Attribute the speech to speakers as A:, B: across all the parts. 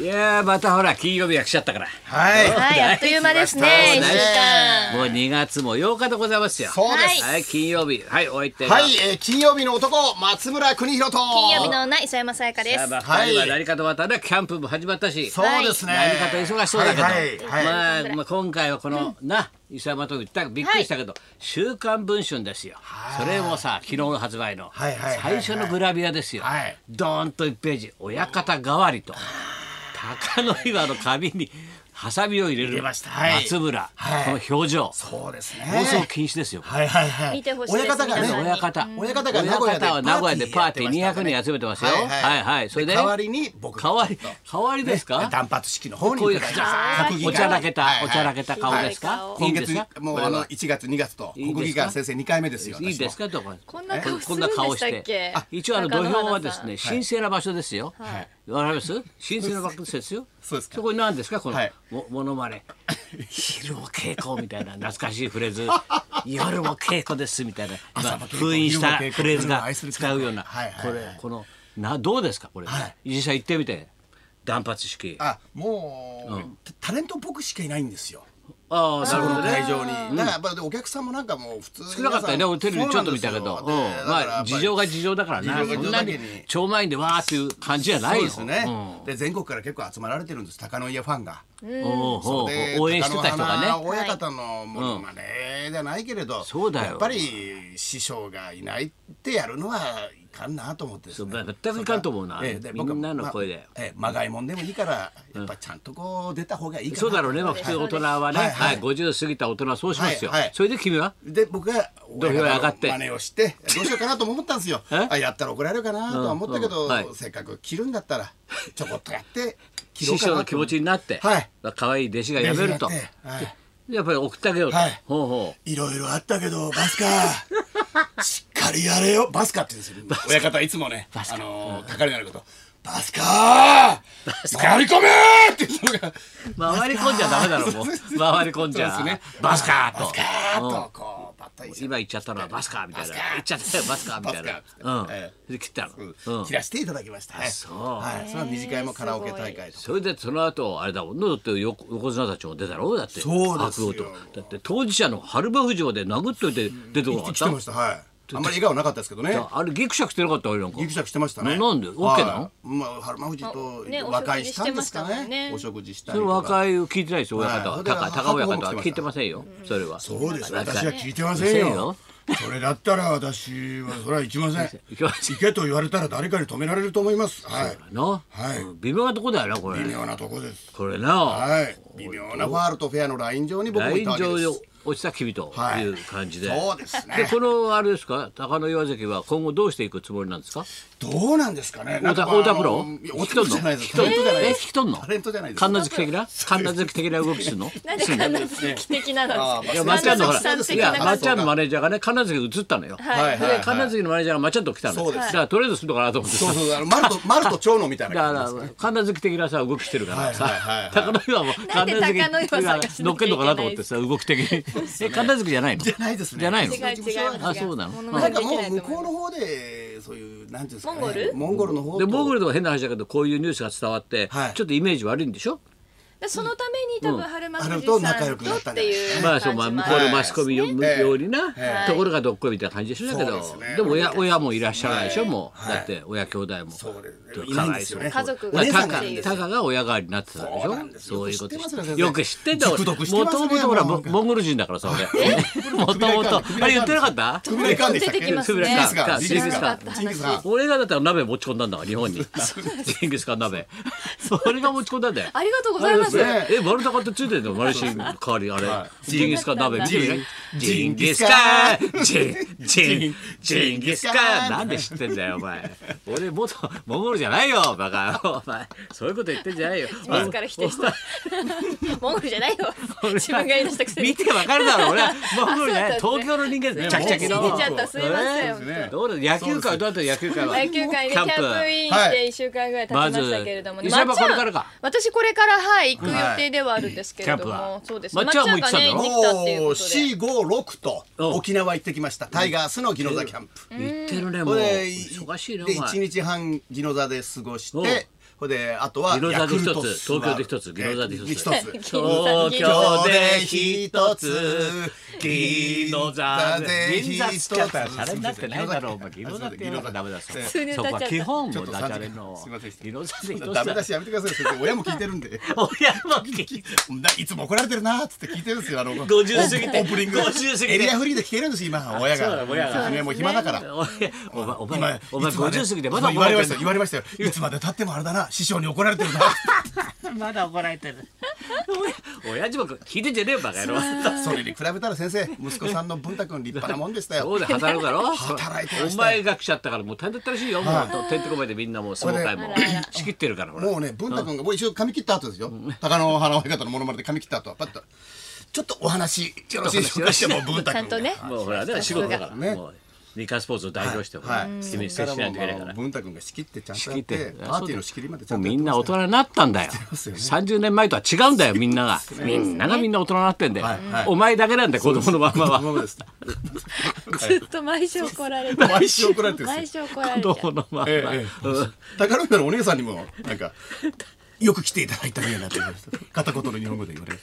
A: いやーまたほら金曜日が来ちゃったから
B: はい。
C: はい、あっという間ですね。
A: 来ま
C: 一
A: した
C: 週間。
A: もう2月も8日でございますよ
B: そうです。
A: はい金曜日はいおいて
B: はい、えー金曜日の男、松村邦弘と。
C: 金曜日の女、磯山さやかで
A: さあ
C: す。
A: まあ
B: はい
A: 二人は何かとまたねキャンプも始まったし
B: そうですね。
A: 何かと忙しそうだけど、
B: はいはいはい。
A: まあ、まあ今回はこの、な磯山と言ったびっくりしたけど「週刊文春」ですよそれもさ昨日の発売の
B: はいはいはいはい
A: 最初のグラビアですよ
B: はい
A: ドーンと1ページ「親方代わり」と高野岩の紙にハサミを入れ
B: 入れ
A: る
B: ましたはい
A: 松村
B: はい
A: この表情
B: そうですね。
A: 放送禁止ですよ
B: はいはいはい。
C: 見てほしいです
B: 親方がね
C: 皆、さんに
A: 親方
B: 親方が名古屋で
A: 親方は名古屋でパーティー
B: やってましたからね
A: 200人集めてますよはいはいそれで
B: 代わりに僕が
A: 代わり代わりですか
B: 断髪式の方に
A: こういう
B: 行かれて
A: おちゃらけた、
B: はいはい
A: おちゃらけた顔です
C: は
A: か。
C: い
A: いい
B: 今
A: んです
B: 月
A: か。
B: もう
A: これは
B: あの1月2月と
A: いいですか
B: 国技館先生2回目ですよ。
A: いいです
B: か。
A: かとか。
C: こんな顔す
A: こ
C: る
A: ん
C: んで
A: な顔
C: し
A: した
C: ってけ
A: て。一応あの土俵はです
C: 中野花
A: ね、神聖な場所ですよ。
B: い
A: わかります？神聖な場所ですよ。
B: そうですか
A: こに何ですかこの
B: はい
A: もモノマネ。昼も稽古みたいな懐かしいフレー ズ。夜も稽古ですみたいな。ま
B: 朝
A: あ
B: も稽古
A: 封印した
B: 昼も稽古
A: フレーズ
B: 夜も
A: が
B: 愛する稽古
A: 使うような。
B: はいはい
A: こ
B: はい
A: れこのなどうですかこれ。伊地さん行ってみて。断髪式。あ
B: あ、もうタタレント僕しかいないんですよ。
A: あーな
B: そ
A: る
B: こ
A: ほ
B: の
A: どね
B: 会。場に。だからやっぱりお客さんもなんかもう普通に
A: 少なかったよね、俺テレビでちょっと見たけど、うんまあ事情
B: が
A: が事情だからな、
B: 事
A: そん
B: 情が事情
A: な
B: だけ
A: に
B: に
A: 超満員でわーっていう感じじゃないよ。
B: そうです
A: うん
B: ね、で全国から結構集まられてるんです高野家ファンが、
A: おうおう
B: で
A: 応援してた人が
B: 高野花
A: ね。
B: 親方のものまねじゃないけれど、
A: そうだよ
B: やっぱり師匠がいないってやるのはいかんなと思ってですね、
A: そう全くいかんと思うな
B: ええで
A: みんなの声で
B: 僕はまあええまがいもんでもいいからやっぱちゃんとこう出た方がいいかな
A: そうだろうね、まあ普通大人はね、
B: はい
A: は
B: はい
A: い、50過ぎた大人はそうしますよ
B: はいはい。
A: それで君は
B: で僕が
A: 土俵へ上がって
B: 親方の真似をしてどうしようかなとも思ったんですよ
A: え
B: あやったら怒られるかなとは思ったけ
A: うんう
B: ど、
A: んはい
B: せっかく着るんだったらちょこっとやって着ろう
A: 師
B: か
A: 匠
B: なと
A: の気持ちになって
B: はい、
A: 可愛い弟子がやめると
B: 弟子、がやっては
A: やっぱり送ってあげようと
B: はい。
A: ほうほう
B: い、いろいろあったけどバスカ ーしっかりやれよバスカって言うんですよ親方いつもねあの係になることバスカー回り込めーって言うのが
A: 回り込んじゃダメ だろ、もう。回り込んじゃ
B: そうですね、
A: バスカー
B: バ
A: と
B: ス。カーとこうバッタリ
A: 今言っちゃったのはバスカーみたいな
B: バスカー
A: 言っちゃったよバスカーみたい
B: バスカ
A: な
B: ー
A: うん
B: え
A: で切ったのうん
B: 切らせていただきました、ね
A: そう
B: はい、それは二次会もカラオケ大会と
A: それでその後あれだもんねだって横横綱たちも出たろだって
B: そうです
A: 白
B: よ
A: 鵬とだって当事者の春馬富士まで殴っといて出てこなかっ
B: 来てま
A: た
B: したはいあんまり笑顔なかったですけどね
A: あれギクシャクしてなかったあれなんか
B: ギクシャクしてましたね
A: ななんでオッケーなの
B: はいまあ春馬富士と
C: あね
B: 和解したんですか
C: お食事してましたもん
B: ね
C: ね
B: お食事した
A: そ
B: りと
A: の
B: か
A: 和解を聞いてないですよ親方
B: は
A: はい
B: だから
A: 高高親
B: 白鵬
A: 方
B: も来てました
A: は聞いてませんよそれは
B: そうです
A: 和解
B: 私は聞いてません
A: せん
B: よ
A: よ
B: それだったら私はそれは行きません
A: 行きません
B: 行けと言われたら誰かに止められると思いますはい
A: な
B: はい
A: うん微妙なとこだよなこれ
B: 微妙なとこです
A: これな
B: はい微妙なファールとフェアのライン上に僕
A: ラ
B: もい
A: イン
B: たわけ
A: 上
B: で
A: に
B: す
A: 落ちた君という感じで
B: そうです
A: で
B: ね
A: このあれですか高野岩関は今後どうしていくつもりなんですか
B: どうなんですかね
A: 太田
B: なんかまあ
A: 太田プロ
B: あのいや
A: 引
B: 太
A: き取
B: 田
A: ん
B: じ
A: の
B: ゃな
A: 引き取んの
B: いです太田じゃない
A: え
B: で
A: 引
B: す
A: き取んの
B: タレントじゃないです
A: 神奈月的 な神奈月的な動きするの
C: なんで神奈月的なので
B: い
C: すか。
A: いや
B: や
A: まっちゃんのほら
C: 神奈月
A: い
C: さ
A: や
C: ん
A: ま
C: 的な感
A: っ
C: じ
A: ちゃんのマネージャーがね神奈月移ったのよで
C: はい
B: はいはい
A: 神奈月のマネージャーがまっちゃんと来たの
B: そ
A: よ
B: うです
A: だからとりあえずするのかなと思って
B: そうそうそうあ のマルトマルト長野みたいな
A: だから
B: 感じです
A: 神奈月的なさ動きしてるからさ
B: はいはいはいはい
A: 高野岩も神
C: なんで
A: 奈
C: 高
A: 月
C: 野岩探しなきゃいけない
A: 乗っけんのかなと思ってさ動き的にえ神奈月じゃないの
B: じゃないですね。
A: じゃないの
C: 違う違う違う。
A: あそうなの
C: もま
B: なん
C: ねで
B: かも
C: きな
B: う向
C: いと思います
B: こうの方でそういうなんていうんですかね。
C: モンゴル
B: モンゴルの方
A: でモーグルでも変な話だけどこういうニュースが伝わって
B: はい
A: ちょっとイメージ悪いんでしょ
C: でそのために多分春馬富士
B: あのと
C: さ
B: 仲良
C: ん
B: くな
C: と
B: った
C: っ
B: んじ
C: て
B: ゃない
C: い
A: ま
C: う感
A: あ
C: じ
A: そうまあ向
C: も
A: こ
C: あ
A: う
C: る
A: のマスコミよ
C: はい
A: 向
B: ええ
A: ようにな
B: ええ
A: ところがどっこいみたいな感じでしょだけど
B: そうですね
A: でも親親もいらっしゃらないでしょもう
B: はい
A: だって親兄弟も
B: そうです
A: ちょっと
B: いないんですよね
A: かわいそう
C: 家族
A: だから
C: がお姉さんがいるんです
A: タ
C: よ
A: カタカが親代わりになってたんでし
B: そうなん
A: ょ
B: です
A: そういうこと
B: よく知ってますね
A: よく知ってんだ俺
B: 熟
A: も
B: 読してます
A: と
B: ね
A: もとほら
B: も
A: モ
B: う
A: ンゴル人だからさ俺 もともとあれ言ってなかった
B: クビレカンでしたっけ？
C: 出てきます
A: ね
B: ジンギスカン。
A: ジ
B: ジ
A: ン
B: ン
A: ギ
B: ギ
A: ス
B: ス
A: カン
B: カン。ジンギスカン。
A: 俺がだったら鍋持ち込んだんだから日本 に ジンギスカン鍋それが持ち込んだんだよ
C: ありがとうございます。
B: あれですね
A: え丸高ってついてるのマレシン代わりあれ、
B: はい
A: ジンギスカン鍋見てみないジ
B: ジ
A: ン
B: ン
A: ギ
B: ギ
A: ス
B: ス
A: カ
B: カ
A: ンジンジンジンギスカンなんで知ってんだよお前 俺元モンゴルじゃないよバカお前そういうこと言ってんじゃないよ
C: 自ら否定した。モンゴルじゃないよ。自分が言い出したくせ
A: 見
C: に。
A: てわかるだろ俺はモンゴルじゃない
C: あそう
A: 東京
C: だ
A: の人間ですめちゃくちゃけ
C: 信
A: ど
C: じちゃったすいません
B: そうですね
A: どうだ野球界どうだった野球界は
C: 野球界でキャンプインして一週間ぐらい経ちましたけれどもね。
A: まず磯
C: まっちゃん
A: 山これからか
C: 私これからはい行く予定ではあるんですけれど
A: キャンプは
C: も、そうです。
A: まっちゃんはもう行ってたんだろ
C: まっちゃんがね行ってきたっていう
B: おお、
C: ことで。
B: 四五六と
A: うん
B: 沖縄行ってきました。タイガースのギノザキャンプ。
A: 言ってるねも
B: こ
A: う
B: れ
A: 忙しいなお
B: で一
A: 前
B: 日半ギノザで過ごし
A: うん
B: て。ほいであとは
A: 餃
B: ヤ
A: 子
B: ク
A: で
B: ル
A: 一
B: ト
A: つ
B: スワ
A: 東京
B: ロ
A: で一つ餃子で一つ
B: え一つ
A: 東京で一つ銀
B: 銀
A: 座
B: 座
A: で
B: で
A: 銀
B: 一つ
A: 座つっちゃったらシャレになってないだろうお前銀座ってやらダメだそ
B: 普
C: 通に
A: そこ
C: 歌っちゃ
A: は
C: った
A: 基本も
B: ちょっと
A: ダジャレの
B: すいません
A: 銀座で一つ
B: ダメだしやめてくださいそれ親も聞いてるんで
A: 親も聞き
B: いつも怒られてるなーっつって聞いてるんですよあの
A: 50過ぎて
B: オープニング
A: 50過ぎて
B: エリアフリーで聞けるんです今親
A: そうだ
B: が
A: 親が
B: ねもう暇だから
A: お前お
B: 今
A: 前お前
B: いつまで
A: 50過ぎてまだ
B: 言われましたよ言われましたよいつまで経ってもあれだな師匠に怒られてるな
A: まだ怒られてる 親父も聞いてんじゃねえよバカ野郎
B: それに比べたら先生息子さんの文太君立派なもんでしたよ
A: そうで働くだろ
B: 働いてましたよ
A: お前が来ちゃったからもう大変だったらしいよ、もうとてんてこまいでみんなもう相撲界も
C: これねあらあら
A: 仕切ってるからほら
B: もうね文太君がもう一応髪切った後ですよ鷹の花親方のものまねで髪切った後はパッとちょっとお話よろしいでしょうかしてもう文太君が
C: ちゃんとね
A: もうほらね仕事だから
B: ね
A: もう日刊スポーツを代表してほら
B: はい
A: 君に接しないといけないから
B: 文太君が仕切ってちゃんと
A: 仕
B: や
A: 切
B: っ
A: って
B: てパーティーの仕切りまでちゃ
A: もうん
B: とや
A: み
B: って
A: んな大
B: ました
A: 人
B: よ
A: になったんだよ
B: ますよね
A: 30年前とは違うんだよみんながみんながみんな大人になってんだよ
B: はいはい
A: お前だけなんだよ子供のまま
B: このま
A: は
B: まです
C: ずっと毎週怒られて
B: 毎週怒られてるん
C: 毎
B: ですよ
C: 週怒ら
A: 子
C: れちゃう
A: 供のまま
B: ええええ
A: うん
B: 宝塚のお姉さんにもなんかよく来ていただいたみたいなって言われ て片言の日本語で言われる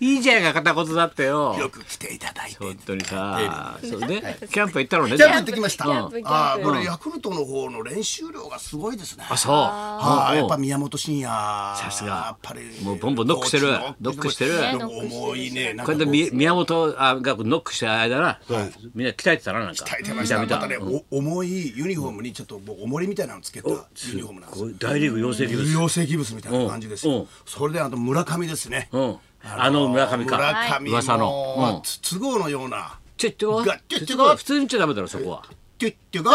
A: いいじゃんが片言だってよ
B: よく来ていただいて
A: 本当にさそうねキャンプ行ったのね
B: キャンプ行ってきました
C: キャンプキャンプ
B: ああこれヤクルトの方の練習量がすごいですね
A: あそう
B: は
A: う
B: あ、
A: ん
B: やっぱ宮本慎也
A: さすが
B: やっぱり
A: もうボンボンノックしてるノックしてる
B: でも重いねなん
A: こ
B: か
A: れで
B: こ
A: み
B: う
A: 宮本あがノックした間な、みんな鍛えてたななんか
B: 耐えてました
A: 見
B: ま
A: た見た
B: たねお重いユニフォームにちょっともう重りみたいなのつけたユニフォームなんです
A: こ
B: よ
A: う大リーグ養成技
B: 重
A: 術
B: 要正規物みたいな感じです
A: うんう
B: よ
A: ん
B: それであと村上ですね
A: うんあの村上か
B: 村上
A: 噂のうん
B: もつ都合のような
A: ちょっと
B: がちょ
A: ちょ
B: っ
A: っ
B: と
A: と普通に言っちゃダメだろそこは
B: てってが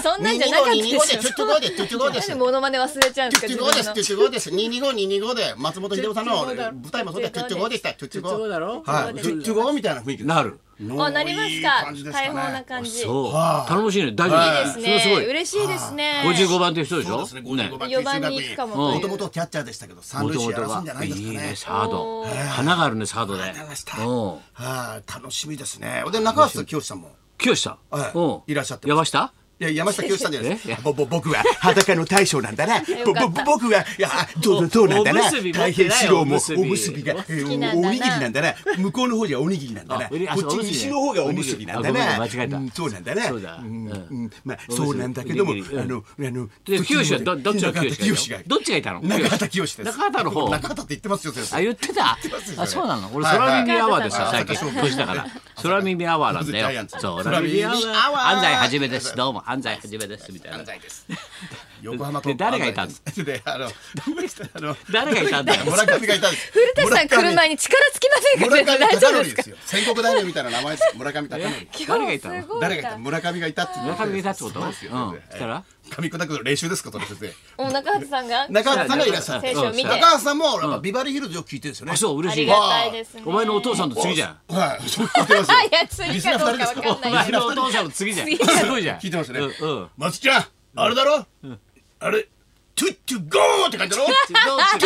C: そんなんじゃなかったでしょ
B: 225でちょっとこうでちょっとこうで
C: なんでモノマネ忘れちゃうんですか
B: トゥト
C: 自
B: ゥゴー
C: 分
B: です、
C: の
B: トゥトゥゴーです、二二五二二五で、松本秀夫さんの
A: トゥトゥゴーだ
B: 舞台もそうで、トゥトゥゴーでした、トゥトゥゴ
A: トゥトゥゴーだろ
B: はい、
A: ト
B: ト
A: ゥ
B: ゥ
A: ト
B: ト
A: ゥゴー
B: ゥゴーみたいな雰囲気。
A: なる
B: の
C: あなります
B: いい
C: か
B: 感じです
C: 大
B: か
C: 砲な
B: ね。
C: 感じ
A: そう
B: はい
A: 頼もしいね大丈
C: です
A: 夫それすご
C: ね
A: い
C: 嬉しいですね
A: 55番という人でし
B: そう
A: ょ
B: ですね、五十五番九州学
C: ね
B: 院。
C: 四番に行くかも
A: という
B: もともとキャッチャーでしたけど、三
A: も
B: 塁
A: と
B: 手
A: もと
B: やらすんじゃ
A: が
B: ない
A: い
B: ですか
A: いね
B: ね。
A: サード
C: おー
A: 花があるねサードで
B: 花がした
A: うん
B: はい、楽しみですね。で、中橋清さんも。
A: 清さん
B: はい
A: うん
B: いらっしゃってます
A: 山下
B: いや山下清さんじゃないです
A: え
B: か。ぼぼ僕は裸の大将なんだ な。ぼぼぼ僕はいやどうぞどうなんだ
A: お
B: な
A: おむすび。持ってない
B: 大変四郎も
A: おむすび
B: おむすびがえ
C: 好き
B: ー
C: なん
B: お
C: だな
B: おにぎりなんだな。向こうの方じゃおにぎりなんだな。
A: あ
B: こ
A: おにあそう
B: っち
A: おにぎり
B: 西の方がおむすびなんだ
A: あご
B: な。
A: めん間違えた
B: うんそうなんだな。
A: そうだ
B: うん
A: うん
B: うんまあ
A: おむすび
B: そうなんだけども
A: お
B: あ
A: にぎりうん
B: のあの。
A: で清はどどっちの
B: 中畑
A: 清
B: 清
A: が
B: が
A: いたのどっちがいたの
B: 中畑清です。
A: 中畑の方
B: 中畑って言ってますよ先
A: あ
B: 生。
A: 言ってた
B: すよね
A: あそうなの俺
B: はいはい
A: 空耳アワーでさ最
B: 赤
A: 近
B: 勝負
A: 年だから空耳アワーなんだ
B: ジャイ
A: よ
B: アンツ
A: そう空
B: 空
A: 耳
B: 耳
A: ア
B: ア
A: ワ
B: ワー
A: ー安西はじめですどうも安西はじめですみたいな
B: 安西です。横浜と
A: で誰がいたんです
B: 安西 です。であのあの
A: 誰がいたんだよ
B: 村上がいたんです。
C: 古田さん来る前に力つきませ
B: 村
C: んか
B: 上
C: 大
B: 貴
C: 丈夫
B: 教
C: ですか
B: ですよ。戦国大名みたいな名前です。村上貴教。
A: 誰がいたの
C: すご
B: 誰
C: い
B: がいた
C: な
B: 村上がいたっていう
A: 村上がいたってこと
B: そうですよ
A: うん
B: 先生
A: そしたら
B: 噛み砕くの練習ですかと先生
C: お中畑さんが
B: 中畑さんがいらっしゃって
C: 選手を見て
B: 中畑さんもやっぱビバリーヒルズよく聞いてるんですよね
A: あそう嬉
C: あ
A: し
C: り
A: い
C: がたいですね
A: お前のお父さんと次じゃん
B: はいそう聞いてますよ
C: あいや次かどうかわかん
A: お
C: ない
A: 前
C: け
A: の
C: ど
A: お父さんの次じゃん
C: 次じゃん
A: すごいじゃん
B: 聞いてましたね
A: うんうん
B: 松ちゃんあれだろあれトゥットゥゴーって感じだろト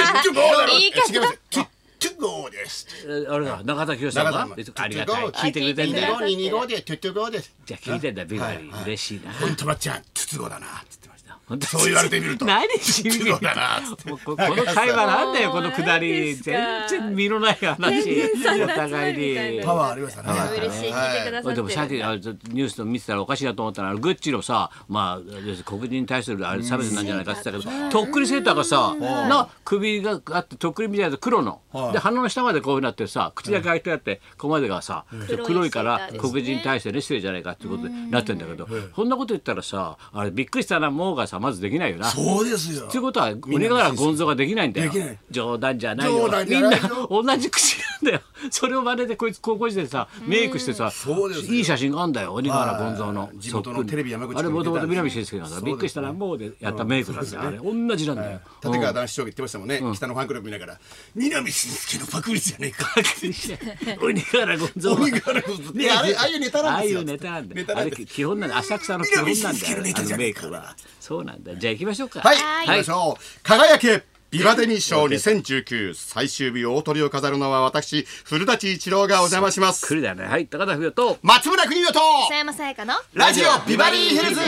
B: ゥットゥゴーだろ
C: 言い方
B: 違いますトゥットゥゴーです
A: えあれだ中田清さん
B: 中田
A: が
B: さんも
A: 別にありがたい
B: あ
A: 聞いてくれてんだよ
C: 聞いてくれ
B: 2525でトゥットゥゴーです
A: じゃあ聞いてんだよビバリー嬉しいな
B: 本当まっちゃん筒子だなって言ってました
A: 本当
B: そう言われてみる と
A: 何しみ
B: 筒子だなって
A: もうここの会話なんだよこのくだり
C: そうな
A: 全
C: んですか
A: 然身のない話お互いに
B: パワーありましたね
C: 嬉しい聞いてくださってる
A: でもさっきあのちょっとニュースの見てたらおかしいなと思ったのはグッチのさまあ要するに黒人に対するあれ差別なんじゃないかって言ってたけどとっくりセーターがさな首があってとっくりみたいな黒の
B: はい
A: で鼻の下までこういうふうになってさ口だけ開いてあってここまでがさ黒いから
C: 黒いセーター
A: 黒人に
C: ですね
A: 対してね失礼じゃないかってことになってんだけどそんなこと言ったらさあれびっくりしたなもうがさまずできないよな。
B: そうですよ
A: ということは俺からゴンゾができないんだよ
B: できない
A: 冗談じゃないよ
B: 冗談じ
A: み
B: ゃ
A: ん
B: な
A: ない
B: よ
A: 同じ口なんだよそれを真似てこいつ高校時代さメイクしてさ
B: そうですよ
A: いい写真があんだよ鬼原ゴンゾの
B: はい地元の
A: そっくり
B: テレビ山口
A: あれもともと
B: に出たん
A: 南
B: です
A: 信介がさ
B: そうです
A: びっくりしたらもうでやったメイクなんだよあれ同じなんだよ
B: 立川談志師匠が言ってましたもんね、北のファンクラブ見ながら「南信介のパクリじゃ ねえか」
A: うん鬼原ゴンゾ
B: 鬼原ゴンゾねあ れああいうネタなんです
A: ああ
B: よ
A: いうネタなんだ
B: ネ
A: よ
B: タ
A: あ
B: なん
A: れ
B: です
A: 基本なんだ浅草の基本なんだよ
B: 南信介のネタ
A: あ
B: じ
A: の
B: ゃね
A: メ
B: え
A: イ
B: か
A: クはそうなんだじゃあ行きましょうか
B: はい、
C: はい
B: 行きましょう。輝けビバデニー賞2019最終日大鳥を飾るのは私古舘一郎がお邪魔しま
A: 来
B: す
A: るだねはい高田冬と
B: 松村邦洋と
C: 佐山さやかの
B: ラジオビバリーヒルズ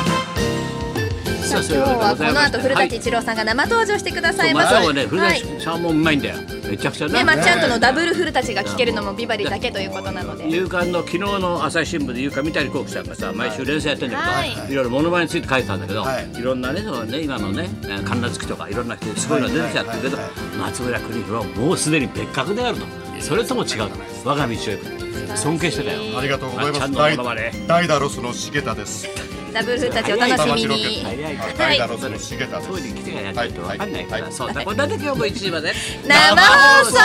A: そういうわけでございまして
C: 今日はこの後古舘一郎さんが生登場してくださいま。
A: ますだもね、古
C: は
A: 舘
C: い。
A: さんもうまいんだよ。めちゃくちゃ
C: ね、
A: な。
C: まっちゃんとのダブル古舘が聞けるのもビバリーだけということなので。
A: 夕刊の昨日の朝日新聞で夕刊三谷幸喜さんがさ毎週連載やってんだけど、、
C: はい
A: ろいろ物まねについて書いてたんだけど、
B: はい
A: い、ろんなねそのね今のねえー神奈月とかいろんな人すごいのが出てきちゃってるけど、
B: はいはい
A: 松村邦弘はもうすでに別格であるとそれとも違うと我が道を行く尊敬してたよ
D: ありがとうございます。
A: まっちゃんの
D: 代
A: モノマネ
D: 代打ロスの重田です。
C: ダブル古舘お楽しみに。
A: 早いから
D: 代打ロスの重田です。
A: トイレに来てからやらないと分かんないから、
D: はい
A: そうだ、
D: はい
A: こんな時はもう1時まで
C: 生放送